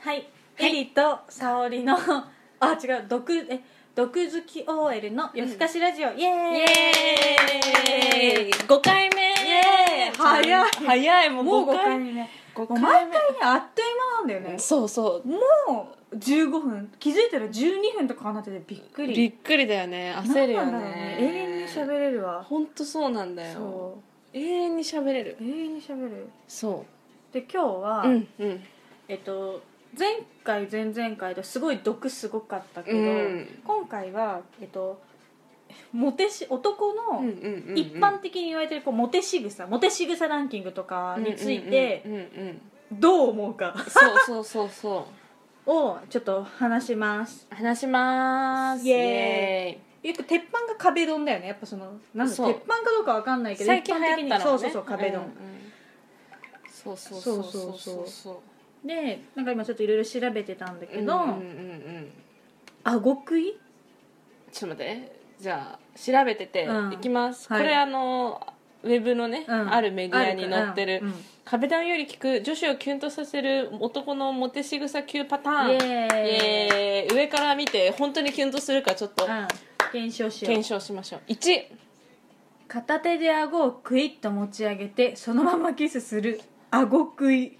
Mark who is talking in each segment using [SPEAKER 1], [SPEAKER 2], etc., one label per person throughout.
[SPEAKER 1] はい、
[SPEAKER 2] はい
[SPEAKER 1] エリと沙織のあ違う毒え毒好き OL の夜更かしラジオ、イエーイ
[SPEAKER 2] イエーイ5回目
[SPEAKER 1] イエーイ早い
[SPEAKER 2] 早いもう
[SPEAKER 1] もう5
[SPEAKER 2] 5回
[SPEAKER 1] 回
[SPEAKER 2] 目
[SPEAKER 1] 目ね
[SPEAKER 2] 5
[SPEAKER 1] もう毎回ねあっという間なんだよね
[SPEAKER 2] そうそう
[SPEAKER 1] もう15分気づいたら12分とかなっててびっくり
[SPEAKER 2] びっくりだよね焦るよ
[SPEAKER 1] なんなんだろう
[SPEAKER 2] ね
[SPEAKER 1] 永遠に喋れるわ
[SPEAKER 2] ほんとそうなんだよ
[SPEAKER 1] そ
[SPEAKER 2] 永遠に喋れる
[SPEAKER 1] う永遠に喋る
[SPEAKER 2] そ
[SPEAKER 1] で今日は、
[SPEAKER 2] ううんうん
[SPEAKER 1] えっと前回前々回ですごい毒すごかったけど、
[SPEAKER 2] うん
[SPEAKER 1] 今回はえっとモテし男
[SPEAKER 2] うんう
[SPEAKER 1] の
[SPEAKER 2] んうん
[SPEAKER 1] 一般的に言われてるこうモテ仕草モテ仕草ランキングとかについ
[SPEAKER 2] うん
[SPEAKER 1] て
[SPEAKER 2] うんうんうん
[SPEAKER 1] どう思うか
[SPEAKER 2] そうそうそうそ
[SPEAKER 1] をちょっと話します
[SPEAKER 2] う話しまーす
[SPEAKER 1] イエよく鉄板が壁ドンだよねやっぱそのなんだ鉄
[SPEAKER 2] そう
[SPEAKER 1] 板かどうかわかんない
[SPEAKER 2] イ
[SPEAKER 1] け
[SPEAKER 2] エーイ
[SPEAKER 1] ど
[SPEAKER 2] 最近
[SPEAKER 1] 一般的
[SPEAKER 2] 流行っ
[SPEAKER 1] に
[SPEAKER 2] たのね
[SPEAKER 1] そうそうそう壁ドン、
[SPEAKER 2] んんそうそうそうそう
[SPEAKER 1] そ
[SPEAKER 2] そ
[SPEAKER 1] そ
[SPEAKER 2] う
[SPEAKER 1] う
[SPEAKER 2] う
[SPEAKER 1] そ
[SPEAKER 2] そう
[SPEAKER 1] でなんか今ちょっといろいろ調べてたんだけど、
[SPEAKER 2] うんうんうんうん
[SPEAKER 1] 顎食い
[SPEAKER 2] ちょっと待ってじゃあ調べてて、
[SPEAKER 1] うん
[SPEAKER 2] いきます、
[SPEAKER 1] はい
[SPEAKER 2] これあのウェブのね、
[SPEAKER 1] うん
[SPEAKER 2] あるメディアに載ってる
[SPEAKER 1] あるから
[SPEAKER 2] 壁ドンより効く女子をキュンとさせる男のモテ仕草級パターン
[SPEAKER 1] イエーイ
[SPEAKER 2] イエーイ上から見て本当にキュンとするかちょっと
[SPEAKER 1] うん、検証しよう
[SPEAKER 2] 検証しましょう1
[SPEAKER 1] 片手で顎をクイッと持ち上げてそのままキスする顎食い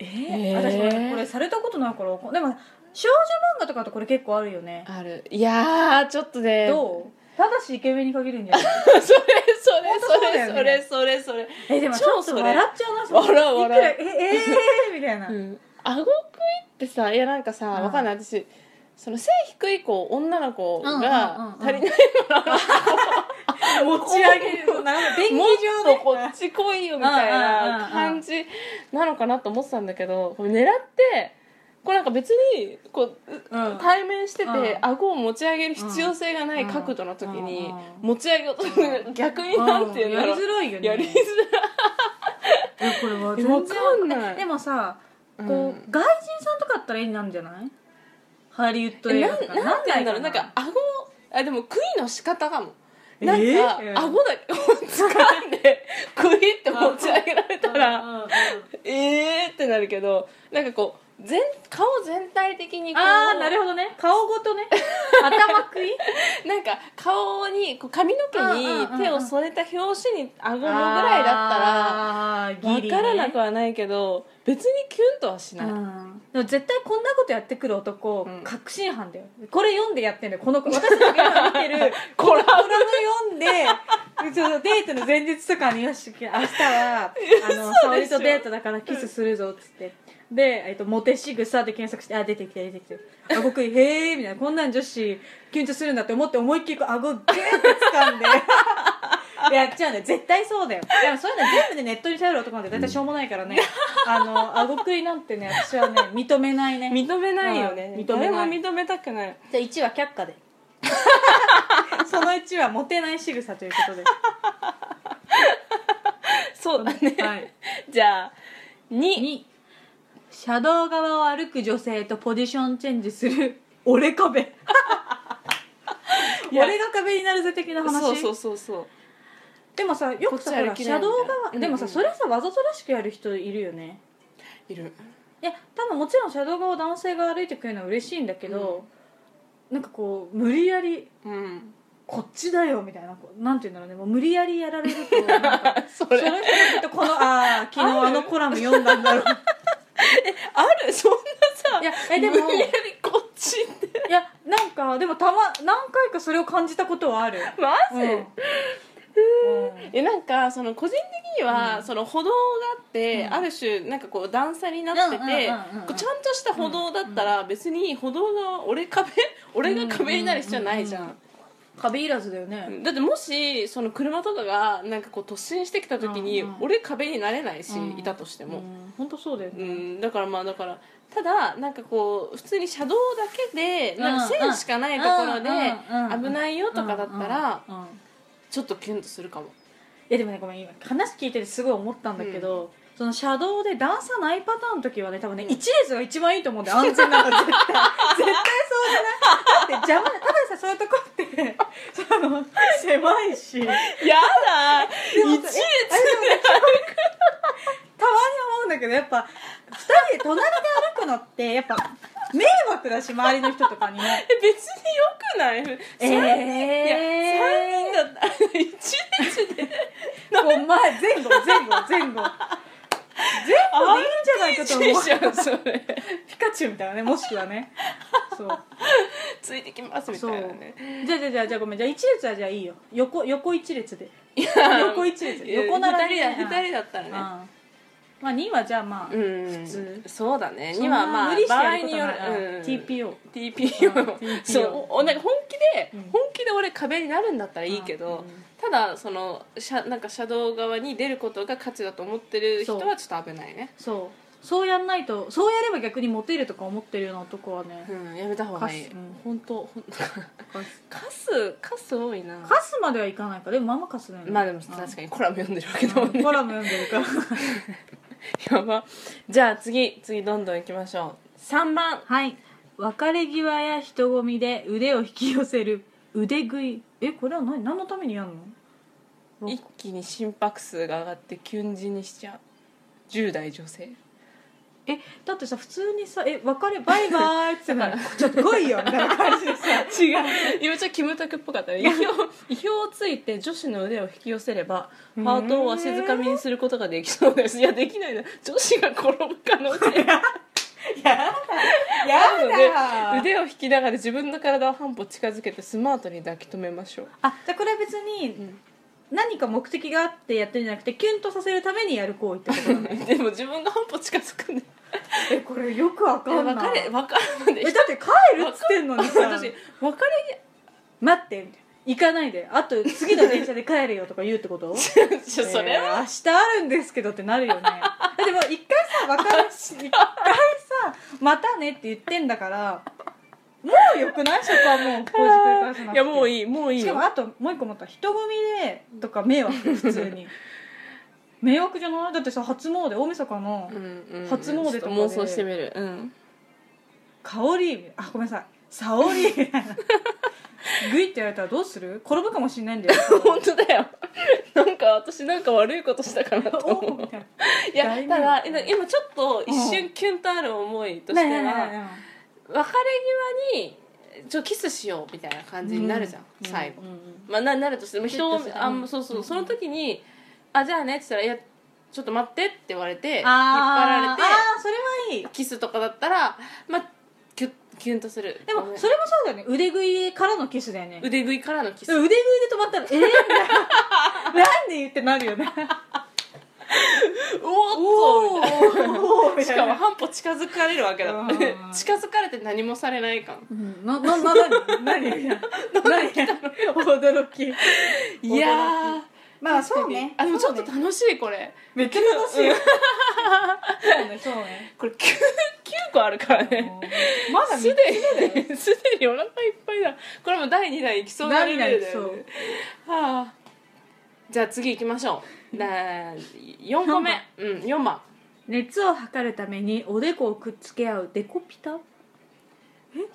[SPEAKER 1] え
[SPEAKER 2] えー
[SPEAKER 1] 私これこれされたことないからわかんでも少女漫画とかだとこれ結構あるよね
[SPEAKER 2] あるいやーちょっとね
[SPEAKER 1] どうただしイケメンに限るんじゃない
[SPEAKER 2] それそれ
[SPEAKER 1] 本当
[SPEAKER 2] そ
[SPEAKER 1] そうだ
[SPEAKER 2] れ
[SPEAKER 1] よ
[SPEAKER 2] それ
[SPEAKER 1] ね
[SPEAKER 2] それそれ
[SPEAKER 1] えでもちょっと笑っちゃうな
[SPEAKER 2] 超それ
[SPEAKER 1] その
[SPEAKER 2] 笑う笑
[SPEAKER 1] いくらえええー、みたいな、
[SPEAKER 2] うん顎食いってさいやなんかさ
[SPEAKER 1] うん
[SPEAKER 2] わかんない私その背低い子女の子
[SPEAKER 1] うんうん
[SPEAKER 2] が
[SPEAKER 1] うんうん
[SPEAKER 2] 足りない
[SPEAKER 1] 持ち上げるそうなんか便宜
[SPEAKER 2] もっ
[SPEAKER 1] 上
[SPEAKER 2] と
[SPEAKER 1] で
[SPEAKER 2] こっち来いよみたいな感じなのかなと思ってたんだけどこれ狙ってこれなんか別にこう
[SPEAKER 1] うん
[SPEAKER 2] 対面してて、
[SPEAKER 1] うん
[SPEAKER 2] 顎を持ち上げる必要性がない角度の時に
[SPEAKER 1] うん
[SPEAKER 2] 持ち上げようとする逆に
[SPEAKER 1] うん
[SPEAKER 2] なんていうんだ
[SPEAKER 1] やり
[SPEAKER 2] ろ
[SPEAKER 1] づ
[SPEAKER 2] う
[SPEAKER 1] らいよね
[SPEAKER 2] やりづ
[SPEAKER 1] いやこれは全
[SPEAKER 2] わ
[SPEAKER 1] 然
[SPEAKER 2] かんない
[SPEAKER 1] えでもさ
[SPEAKER 2] らい、
[SPEAKER 1] こう、外人さんとかだったら絵になるんじゃないハリウッド映
[SPEAKER 2] え
[SPEAKER 1] 画
[SPEAKER 2] な
[SPEAKER 1] とか
[SPEAKER 2] んなんていうんだろうなんか顎あでも杭の仕方かもなんか、
[SPEAKER 1] えー
[SPEAKER 2] 顎だけを掴ん で杭って持ち上げられたら
[SPEAKER 1] うんうんうん
[SPEAKER 2] えーってなるけどなんかこう全顔全体的にこう
[SPEAKER 1] ああなるほどね顔ご とね頭食い
[SPEAKER 2] なんか顔にこう髪の毛
[SPEAKER 1] うんうんうんうん
[SPEAKER 2] に手を添えた表紙に顎のぐらいだっ
[SPEAKER 1] あー
[SPEAKER 2] たら
[SPEAKER 1] ギリ
[SPEAKER 2] 分
[SPEAKER 1] ね
[SPEAKER 2] からなくはないけど別にキュンとはしない、
[SPEAKER 1] うんでも絶対こんなことやってくる男、
[SPEAKER 2] うん
[SPEAKER 1] 確信犯だよこれ読んでやってんだよこの子私たちが今見てる
[SPEAKER 2] コラム
[SPEAKER 1] コラム読んでちょっとデートの前日とかによし明日はあの沙織とデートだからキスするぞっつってで、えっと、モテ仕草で検索してあ出てきた出てきたあ僕へえみたいなこんなん女子緊張するんだって思って思いっきりこう顎をギューって掴んでやっちゃうんだよ絶対そうだよでもそういうの全部でネットに頼る男なんて大体しょうもないからねあの顎食いなんてね私はね認めないね
[SPEAKER 2] 認めないよね
[SPEAKER 1] うん認め
[SPEAKER 2] 誰も
[SPEAKER 1] ない
[SPEAKER 2] 認めたくない
[SPEAKER 1] じゃあ1は却下でその1はモテない仕草ということで
[SPEAKER 2] そうだね、
[SPEAKER 1] はい、
[SPEAKER 2] じゃあ2
[SPEAKER 1] 2車道側を歩く女性とポジションチェンジする 俺壁
[SPEAKER 2] いや
[SPEAKER 1] 俺が壁になるぜ的な話
[SPEAKER 2] そうそうそうそう
[SPEAKER 1] でもさよくさ
[SPEAKER 2] こっち
[SPEAKER 1] ほら
[SPEAKER 2] 歩き
[SPEAKER 1] 車
[SPEAKER 2] ないみたいな
[SPEAKER 1] 道側、
[SPEAKER 2] うんうん
[SPEAKER 1] でもさそれさわざとらしくやる人いるよね
[SPEAKER 2] いる
[SPEAKER 1] いや多分もちろん車道側を男性が歩いてくれるのは嬉しいんだけど、なんかこう無理やり
[SPEAKER 2] うん
[SPEAKER 1] こっちだよみたいなこうなんて言うんだろうねもう無理やりやられるとなんか
[SPEAKER 2] そ
[SPEAKER 1] その
[SPEAKER 2] れ
[SPEAKER 1] 人がきっとこのああ昨日あのコラム読んだんだろう
[SPEAKER 2] あるそんなさ
[SPEAKER 1] いやえでも
[SPEAKER 2] 無理やりこっちって
[SPEAKER 1] いやなんかでもたま何回かそれを感じたことはある
[SPEAKER 2] マ
[SPEAKER 1] う
[SPEAKER 2] ジ、
[SPEAKER 1] んうん
[SPEAKER 2] えなんかその個人的には、
[SPEAKER 1] うん
[SPEAKER 2] その歩道があって、
[SPEAKER 1] うん
[SPEAKER 2] ある種なんかこう段差になってて、
[SPEAKER 1] うんうんうんうん
[SPEAKER 2] こうちゃんとした歩道だったら、別に歩道が俺壁俺が壁になる必要ないじゃん,、
[SPEAKER 1] うんうん壁いらずだよね、
[SPEAKER 2] だってもしその車とかがなんかこう突進してきた時に、
[SPEAKER 1] うんうん
[SPEAKER 2] 俺壁になれないし、
[SPEAKER 1] うん
[SPEAKER 2] いたとしても、
[SPEAKER 1] 本当そうだよ
[SPEAKER 2] う
[SPEAKER 1] ね、
[SPEAKER 2] ん、だからまあだからただなんかこう普通に車道だけでなんか線しかないところ
[SPEAKER 1] うんうんうん
[SPEAKER 2] で危ないよとかだったら
[SPEAKER 1] うんうんうんい
[SPEAKER 2] ちょっとキュンとするかも
[SPEAKER 1] やでもねごめん今話聞いててすごい思ったんだけど、その車道で段差ないパターンの時はね多分ね、
[SPEAKER 2] うん
[SPEAKER 1] 一列が一番いいと思うんだよ安全なの絶対絶対そうじゃないだって邪魔だただでさそういうとこってその狭いし
[SPEAKER 2] やだ
[SPEAKER 1] でも
[SPEAKER 2] 一列
[SPEAKER 1] あれでもねたまに思うんんだけどやっぱ二人で隣で歩くのってやっぱ迷惑だし周りの人とかにね
[SPEAKER 2] え 別によくない
[SPEAKER 1] え
[SPEAKER 2] 三人いや
[SPEAKER 1] え
[SPEAKER 2] 3人だった1日で
[SPEAKER 1] こう前前後前後前後前後でいいんじゃないかと思う
[SPEAKER 2] ちゃうそれ
[SPEAKER 1] ピカチュウみたいなねもしくはねそう
[SPEAKER 2] ついてきますみたいなね
[SPEAKER 1] じゃあじゃあじゃあじゃあごめんじゃあ一列はじゃあいいよ横横一列で
[SPEAKER 2] いや
[SPEAKER 1] 横一列
[SPEAKER 2] いや
[SPEAKER 1] 横並び
[SPEAKER 2] 二人
[SPEAKER 1] うん
[SPEAKER 2] だ二人だった
[SPEAKER 1] う
[SPEAKER 2] ら
[SPEAKER 1] ん
[SPEAKER 2] ね
[SPEAKER 1] まあ2はじゃあまあ、
[SPEAKER 2] うん
[SPEAKER 1] 普通
[SPEAKER 2] そうだね
[SPEAKER 1] そん
[SPEAKER 2] に
[SPEAKER 1] な
[SPEAKER 2] はまあ
[SPEAKER 1] 無理して
[SPEAKER 2] 場
[SPEAKER 1] や
[SPEAKER 2] 合
[SPEAKER 1] ること
[SPEAKER 2] に
[SPEAKER 1] ない
[SPEAKER 2] よる、
[SPEAKER 1] う
[SPEAKER 2] うんん、
[SPEAKER 1] TPO
[SPEAKER 2] TPO
[SPEAKER 1] うん
[SPEAKER 2] そうおおなんか本気で、
[SPEAKER 1] うん
[SPEAKER 2] 本気で俺壁になるんだったらいいけど、
[SPEAKER 1] うん
[SPEAKER 2] ただその車なんか車道側に出ることが価値だと思ってる人はちょっと危ないね
[SPEAKER 1] そうそうやんないとそうやれば逆にモテるとか思ってるような男はね
[SPEAKER 2] う、んやめた方がいい
[SPEAKER 1] カスうん
[SPEAKER 2] 本当ほん
[SPEAKER 1] カス
[SPEAKER 2] カスカス多いな
[SPEAKER 1] カスまではいかないからでもまあまあカスだよね
[SPEAKER 2] まあでも確かにコラム読んでるわけだもん
[SPEAKER 1] に
[SPEAKER 2] ね
[SPEAKER 1] コラム読んでる から
[SPEAKER 2] やばじゃあ次次どんどん行きましょう3番
[SPEAKER 1] はい別れ際や人混みで腕を引き寄せる腕食いえこれは何何のためにやんの
[SPEAKER 2] 一気に心拍数が上がってキュン死にしちゃう10代女性
[SPEAKER 1] えだってさ普通にさ「え別れバイバイ」って言ってた のちょっと来いよ」みたいな感じでさ
[SPEAKER 2] 違う 今ちょっとキムタクっぽかったね意表意表をついて女子の腕を引き寄せればハートをわしづかみにすることができそうですいやできないな女子が転ぶ可能 性があるので腕を引きながら自分の体を半歩近づけてスマートに抱き留めましょう
[SPEAKER 1] あじゃあこれは別に何か目的があってやってるんじゃなくてキュンとさせるためにやる行為ってことなの
[SPEAKER 2] でも自分が半歩近づくんで
[SPEAKER 1] えこれよくわかんない
[SPEAKER 2] 別れ別れま で
[SPEAKER 1] えだって帰るっつってんのにさ
[SPEAKER 2] 私別れ
[SPEAKER 1] 待ってみたいな行かないであと次の電車で帰るよとか言うって こと
[SPEAKER 2] 際ちょそれは、
[SPEAKER 1] えー明日あるんですけどってなるよ ねえでも一回さ別れ一回さまたねって言ってんだからもうよくないそこは もう工事繰り返さなくて
[SPEAKER 2] いやもう
[SPEAKER 1] い
[SPEAKER 2] いいもういい
[SPEAKER 1] しか
[SPEAKER 2] よ
[SPEAKER 1] もあともう一個思った人混みでとか 迷惑普通に迷惑じゃないだってさ初詣大晦日の
[SPEAKER 2] うんうんうん
[SPEAKER 1] 初詣とかで
[SPEAKER 2] ちょっ妄想してみるうん
[SPEAKER 1] 香りあごめんなさい沙織 みたいなグイって言われたらどうする転ぶかもしれないんだよ
[SPEAKER 2] 本当だよなんか私なんか悪いことしたかなと
[SPEAKER 1] おお
[SPEAKER 2] 思
[SPEAKER 1] み
[SPEAKER 2] う
[SPEAKER 1] たいない
[SPEAKER 2] や
[SPEAKER 1] 大
[SPEAKER 2] た
[SPEAKER 1] 迷惑
[SPEAKER 2] だ今今ちょっと一瞬キュンとある思いとして
[SPEAKER 1] ねえねえ
[SPEAKER 2] は
[SPEAKER 1] ね
[SPEAKER 2] 別れ際にちょっとキスしようみたいな
[SPEAKER 1] え
[SPEAKER 2] 感じになるじゃん、最後
[SPEAKER 1] う、んうん
[SPEAKER 2] まあ、ななるとしても人を
[SPEAKER 1] キュッとした
[SPEAKER 2] あんまそうそうその時に「あじゃあね」って言ったら「いやちょっと待って」って言われて引っ張ら
[SPEAKER 1] あー
[SPEAKER 2] れて
[SPEAKER 1] あーそれはいい
[SPEAKER 2] キスとかだったらまあキュッキュンとする
[SPEAKER 1] でも
[SPEAKER 2] ごめん
[SPEAKER 1] それもそうだよね腕食いからのキスだよね
[SPEAKER 2] 腕食いからのキス
[SPEAKER 1] でも腕食いで止まったらえー、みたいなな んで言ってなるよね
[SPEAKER 2] おーっとみたいな
[SPEAKER 1] おー
[SPEAKER 2] しかも半歩近づかれるわけだ
[SPEAKER 1] うん
[SPEAKER 2] 近づかれて何もされない感
[SPEAKER 1] うんななな何何何何驚き
[SPEAKER 2] いやー
[SPEAKER 1] まあそうね
[SPEAKER 2] あでもちょっと楽しいこれ
[SPEAKER 1] めっちゃ楽しいよそうねそうね
[SPEAKER 2] これ 9, 9個あるからね
[SPEAKER 1] まだ
[SPEAKER 2] すでに すでにお腹いっぱいだこれも第2弾いきそうなレベルだよ、ね、はあじゃあ次行きましょうな4個目うん4番
[SPEAKER 1] 熱を測るためにおでこをくっつけ合うデコピタ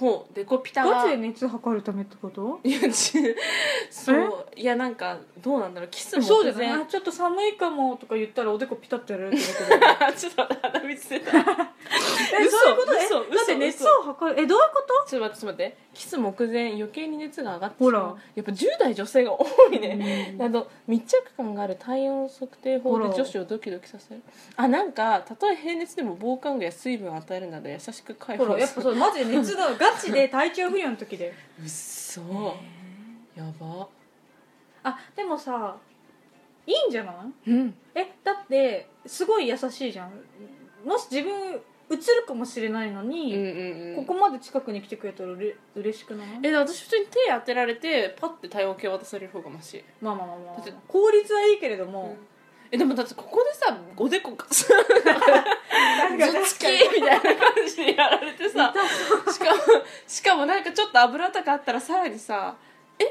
[SPEAKER 2] ほうデコピタ
[SPEAKER 1] ガ
[SPEAKER 2] は
[SPEAKER 1] チで熱測るためってこと
[SPEAKER 2] いやちそういやなんかどうなんだろうキスも
[SPEAKER 1] そう
[SPEAKER 2] 突
[SPEAKER 1] だよね
[SPEAKER 2] 然
[SPEAKER 1] あちょっと寒いかもとか言ったらおでこピタってやられるってことだよね
[SPEAKER 2] ちょっと待って鼻水出た
[SPEAKER 1] え
[SPEAKER 2] 嘘
[SPEAKER 1] そういうこと
[SPEAKER 2] 嘘
[SPEAKER 1] えだって
[SPEAKER 2] 嘘
[SPEAKER 1] 熱を測るえどういうこと
[SPEAKER 2] ちょっと待ってちょっと待ってキス目前余計に熱が上がって
[SPEAKER 1] ほ
[SPEAKER 2] し
[SPEAKER 1] ら
[SPEAKER 2] まうやっぱ10代女性が多いね、
[SPEAKER 1] うん
[SPEAKER 2] など密着感がある体温測定法で
[SPEAKER 1] ほら
[SPEAKER 2] 女子をドキドキさせるあなんかたとえ平熱でも防寒具や水分を与えるなど優しく解放
[SPEAKER 1] ほらやっぱそうマジで熱だガチで体調不良の時で
[SPEAKER 2] うっそやば
[SPEAKER 1] あでもさいいんじゃない
[SPEAKER 2] うん
[SPEAKER 1] えだってすごい優しいじゃんもし自分映るかもしれないの
[SPEAKER 2] うんう
[SPEAKER 1] に、
[SPEAKER 2] んうん
[SPEAKER 1] ここまで近くに来てくれたらうれ嬉しくない
[SPEAKER 2] え私普通に手当てられてパッて体温計渡される方がマシ
[SPEAKER 1] まあまあまあまあ
[SPEAKER 2] だって
[SPEAKER 1] 効率はいいけれども、
[SPEAKER 2] えでもだってここでさおでこかさ
[SPEAKER 1] な
[SPEAKER 2] ず
[SPEAKER 1] ん
[SPEAKER 2] っ
[SPEAKER 1] か
[SPEAKER 2] つきみたいな感じでやられてさしかもしかもなんかちょっと油とかあったらさらにさえ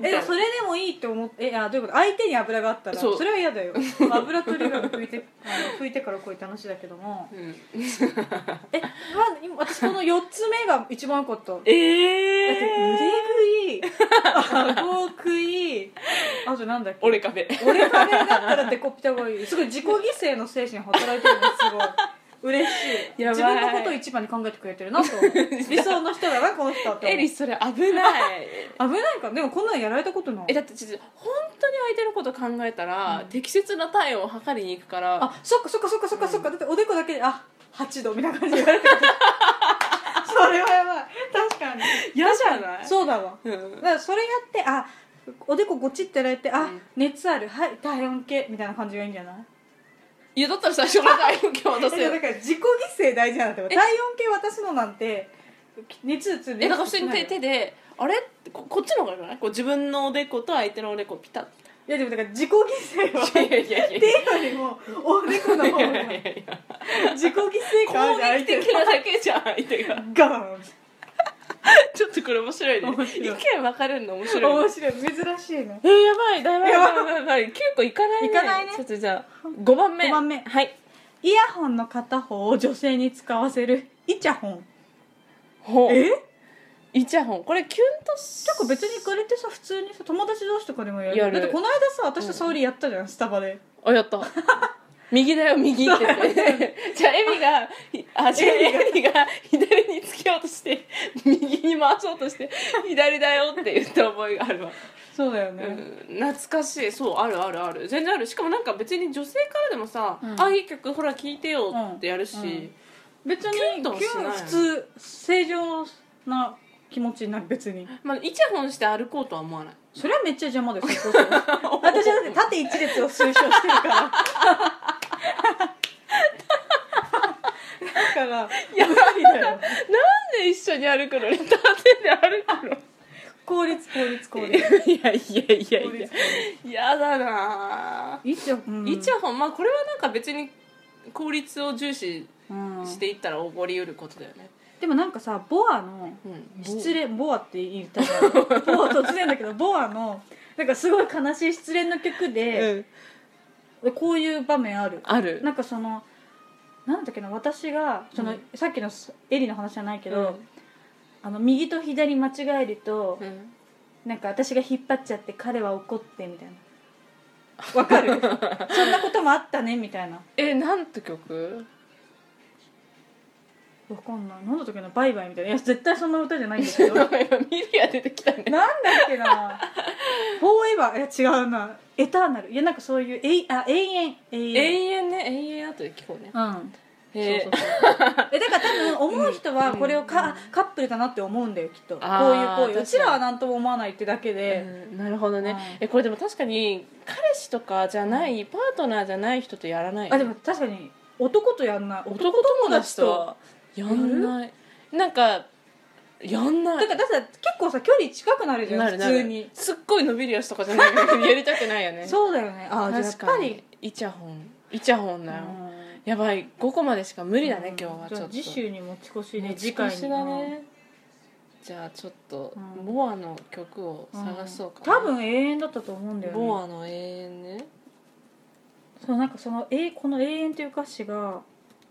[SPEAKER 2] みたい
[SPEAKER 1] え
[SPEAKER 2] な
[SPEAKER 1] それでもいいって思ってえあどういうこと相手に油があったら
[SPEAKER 2] そ
[SPEAKER 1] そうれは嫌だ よ油取れるの拭いてあの拭いてからこういって話だけども
[SPEAKER 2] うん
[SPEAKER 1] え、まあ、今私この4つ目が一番良かっただって
[SPEAKER 2] え
[SPEAKER 1] 腕
[SPEAKER 2] え
[SPEAKER 1] 食い顎食いあとなんだっけ
[SPEAKER 2] 俺カフェ
[SPEAKER 1] 俺カレーだったらデコピタがいいすごい自己犠牲の精神働いてるのすごい嬉しい
[SPEAKER 2] やばい
[SPEAKER 1] 自分のことを一番に考えてくれて るなと思う理想の人だなこの人って思
[SPEAKER 2] エ
[SPEAKER 1] う
[SPEAKER 2] リそれ危ない
[SPEAKER 1] 危ないかでもこんなんやられたことない
[SPEAKER 2] えだってちょっと本当に相手のこと考えたら、適切な体温を測りに行くから
[SPEAKER 1] あそっかそっかそっかそっかそっか、だっておでこだけであ8度みたいな感じで言われ てるそれはやばい確かに
[SPEAKER 2] 嫌じゃない
[SPEAKER 1] そうだわ
[SPEAKER 2] う
[SPEAKER 1] だ
[SPEAKER 2] ん
[SPEAKER 1] からそれやってあおでこごちってやられてあ、
[SPEAKER 2] うん
[SPEAKER 1] 熱あるはい体温計みたいな感じがいいんじゃない
[SPEAKER 2] いやだったら最初の体温計渡せ
[SPEAKER 1] え
[SPEAKER 2] よ
[SPEAKER 1] だから自己犠牲大事なんだって体温計渡すのなんて熱うつ
[SPEAKER 2] えだから普通に手手であれここっちの方がよくないこう自分のおでこと相手のおでこピタッ
[SPEAKER 1] いやでもだから自己犠牲は
[SPEAKER 2] いやいやいやい
[SPEAKER 1] 手よりもおでこの方が
[SPEAKER 2] やいやいや
[SPEAKER 1] 自己犠牲感あ
[SPEAKER 2] 攻
[SPEAKER 1] るじゃん相
[SPEAKER 2] 撃
[SPEAKER 1] 手
[SPEAKER 2] 的なだけじゃん相手が
[SPEAKER 1] ガーン
[SPEAKER 2] ちょっとこれ面白いね
[SPEAKER 1] 面白い
[SPEAKER 2] 意見分かれるの面白いね
[SPEAKER 1] 面白い珍しいね
[SPEAKER 2] えー、やばいだいぶ
[SPEAKER 1] や
[SPEAKER 2] や
[SPEAKER 1] ば
[SPEAKER 2] ば
[SPEAKER 1] い
[SPEAKER 2] いやばいやばい9個いかないね
[SPEAKER 1] いかないね
[SPEAKER 2] ちょっとじゃあ5番目
[SPEAKER 1] 五番目
[SPEAKER 2] はい
[SPEAKER 1] イヤホンの片方を女性に使わせるイチャホン
[SPEAKER 2] ほう
[SPEAKER 1] え
[SPEAKER 2] イチャホンこれキュンとす
[SPEAKER 1] 結構別にこれってさ普通にさ友達同士とかでもやる
[SPEAKER 2] やる
[SPEAKER 1] だってこの間さ私と沙織やったじゃん、スタバで
[SPEAKER 2] あやった 右だよ右って言って じゃあエミがひあじゃあエミが左につけようとして右に回そうとして左だよって言った覚えがあるわ、
[SPEAKER 1] そうだよ
[SPEAKER 2] う
[SPEAKER 1] ね、
[SPEAKER 2] ん、懐かしいそうあるあるある全然あるしかもなんか別に女性からでもさ「
[SPEAKER 1] うん
[SPEAKER 2] ああいい曲ほら聴いてよ」ってやるし、
[SPEAKER 1] うんうん別に
[SPEAKER 2] キュンともしない
[SPEAKER 1] キュン普通正常な気持ちになる別に
[SPEAKER 2] まあ、イチャホンして歩こうとは思わない
[SPEAKER 1] それはめっちゃ邪 魔ですよ私はだって縦一列を推奨してるからだからやばいだよ
[SPEAKER 2] なんで一緒に歩くのに立てで歩くの
[SPEAKER 1] 効率効率効
[SPEAKER 2] い
[SPEAKER 1] 率
[SPEAKER 2] やいやいや
[SPEAKER 1] 効
[SPEAKER 2] いや
[SPEAKER 1] 率
[SPEAKER 2] やだなあ
[SPEAKER 1] いいじゃん、うん
[SPEAKER 2] イチャホンまあこれはなんか別に効率を重視
[SPEAKER 1] うん
[SPEAKER 2] していったら起こりうることだよね、
[SPEAKER 1] でもなんかさボアの
[SPEAKER 2] うん、
[SPEAKER 1] 失恋ボアって言 ったじゃんボア突然だけどボアのなんかすごい悲しい失恋の曲で、
[SPEAKER 2] うん、
[SPEAKER 1] こういう場面ある
[SPEAKER 2] ある
[SPEAKER 1] なんかそのなんだっけな私がその、
[SPEAKER 2] うん
[SPEAKER 1] さっきのエリの話じゃないけ
[SPEAKER 2] け
[SPEAKER 1] ど、
[SPEAKER 2] ど、
[SPEAKER 1] あの右と左間違えると、
[SPEAKER 2] ん、
[SPEAKER 1] なんか私が引っ張っちゃって彼は怒ってみたいなわか るそんなこともあったねみたいな
[SPEAKER 2] えなんて曲
[SPEAKER 1] わかんないなんだったっけなバイバイみたいないや絶対そんな歌じゃないんだ けど
[SPEAKER 2] 今
[SPEAKER 1] なんだっ
[SPEAKER 2] ミリア出てきたね
[SPEAKER 1] けなフォーエバーいや違うなエターナルいやなんかそういうえいあ永遠永
[SPEAKER 2] 永
[SPEAKER 1] 遠
[SPEAKER 2] 遠ね永遠後で聞こうね
[SPEAKER 1] うん
[SPEAKER 2] へ
[SPEAKER 1] そ
[SPEAKER 2] ー
[SPEAKER 1] うそうそう えだから多分思う人はこれをカ,、カップルだなって思うんだよきっとこ
[SPEAKER 2] あー
[SPEAKER 1] ういう行為
[SPEAKER 2] 確かに
[SPEAKER 1] うちらは何とも思わないってだけで、
[SPEAKER 2] うんなるほどね、
[SPEAKER 1] うん
[SPEAKER 2] えこれでも確かに彼氏とかじゃない、パートナーじゃない人とやらない
[SPEAKER 1] あでも確かに男とやんない
[SPEAKER 2] 男友達とはやんないなんかやんな
[SPEAKER 1] だ
[SPEAKER 2] い
[SPEAKER 1] からだってさ結構さ距離近くなるじゃん
[SPEAKER 2] な
[SPEAKER 1] 普
[SPEAKER 2] るなる
[SPEAKER 1] 通に
[SPEAKER 2] すっごい伸びるやつとかじゃないからやりたくない よね
[SPEAKER 1] そうだよねあーじゃあやっ
[SPEAKER 2] 確
[SPEAKER 1] ぱ
[SPEAKER 2] か
[SPEAKER 1] り
[SPEAKER 2] にイチャホンイチャホンだよ、
[SPEAKER 1] うん
[SPEAKER 2] やばい5個までしか無理だね、今日は
[SPEAKER 1] じ
[SPEAKER 2] ちょっ
[SPEAKER 1] ゃあ
[SPEAKER 2] と
[SPEAKER 1] 次週に持ち越し
[SPEAKER 2] 持
[SPEAKER 1] で
[SPEAKER 2] ち
[SPEAKER 1] 次
[SPEAKER 2] 越
[SPEAKER 1] 回に
[SPEAKER 2] しだねじゃあちょっと、
[SPEAKER 1] うん
[SPEAKER 2] ボアの曲を
[SPEAKER 1] うん
[SPEAKER 2] 探そうかな
[SPEAKER 1] 多、分永遠だったと思うんだよね
[SPEAKER 2] ボアの永遠ね
[SPEAKER 1] そうなんかそのえこの「永遠」という歌詞が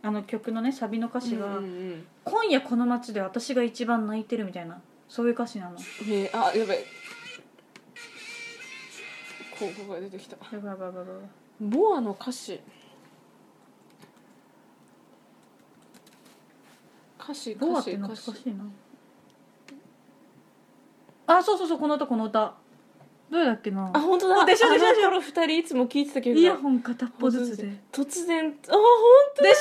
[SPEAKER 1] あの曲のねサビの歌詞が、
[SPEAKER 2] うんうんうん
[SPEAKER 1] 今夜この街で私が一番泣いてるみたいなそういう歌詞なの
[SPEAKER 2] ねあやばい広告が出てきた
[SPEAKER 1] やばいやばいやばいやばい
[SPEAKER 2] ボアの歌詞歌詞歌詞
[SPEAKER 1] ボアって懐か
[SPEAKER 2] 歌詞
[SPEAKER 1] しいなあそうそうそうこの歌この歌どれだっけな
[SPEAKER 2] あ本当だ
[SPEAKER 1] でしょでしょでしょ
[SPEAKER 2] あの頃二人いつも聴いてた曲
[SPEAKER 1] イヤホン片っぽずつで
[SPEAKER 2] 突然あ本
[SPEAKER 1] でし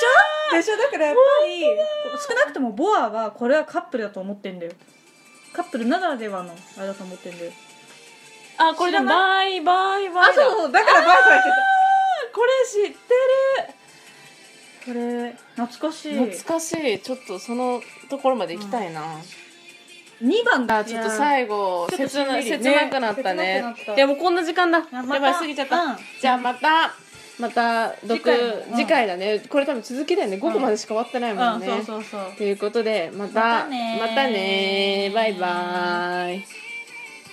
[SPEAKER 1] ょでしょだからやっぱり少なくともボアはこれはカップルだと思ってんだよカップルならではのあれだと思ってんだよ
[SPEAKER 2] 当あこれだ
[SPEAKER 1] 知ら
[SPEAKER 2] バイバイバイ
[SPEAKER 1] うだか
[SPEAKER 2] だ
[SPEAKER 1] らバイバイって
[SPEAKER 2] これ知って
[SPEAKER 1] これ懐かしい
[SPEAKER 2] る懐かしいちょっとそのところまで行きたいな、
[SPEAKER 1] 2番だ
[SPEAKER 2] あちょっと最後
[SPEAKER 1] ちょっと
[SPEAKER 2] 切な
[SPEAKER 1] しんみり
[SPEAKER 2] 切なくなった
[SPEAKER 1] ね
[SPEAKER 2] ね
[SPEAKER 1] 切なくなった
[SPEAKER 2] いやもうこんな時間だや
[SPEAKER 1] また
[SPEAKER 2] ばい過ぎちゃった、
[SPEAKER 1] うん
[SPEAKER 2] じゃあまたまた
[SPEAKER 1] 次
[SPEAKER 2] 次
[SPEAKER 1] 回
[SPEAKER 2] 回,、
[SPEAKER 1] もうん
[SPEAKER 2] 次回だねこれ多分続きだよね5個までしか終わってないも
[SPEAKER 1] うんん
[SPEAKER 2] ね、
[SPEAKER 1] そうそうそう
[SPEAKER 2] ということでまた
[SPEAKER 1] またねー
[SPEAKER 2] またねーバイバーイ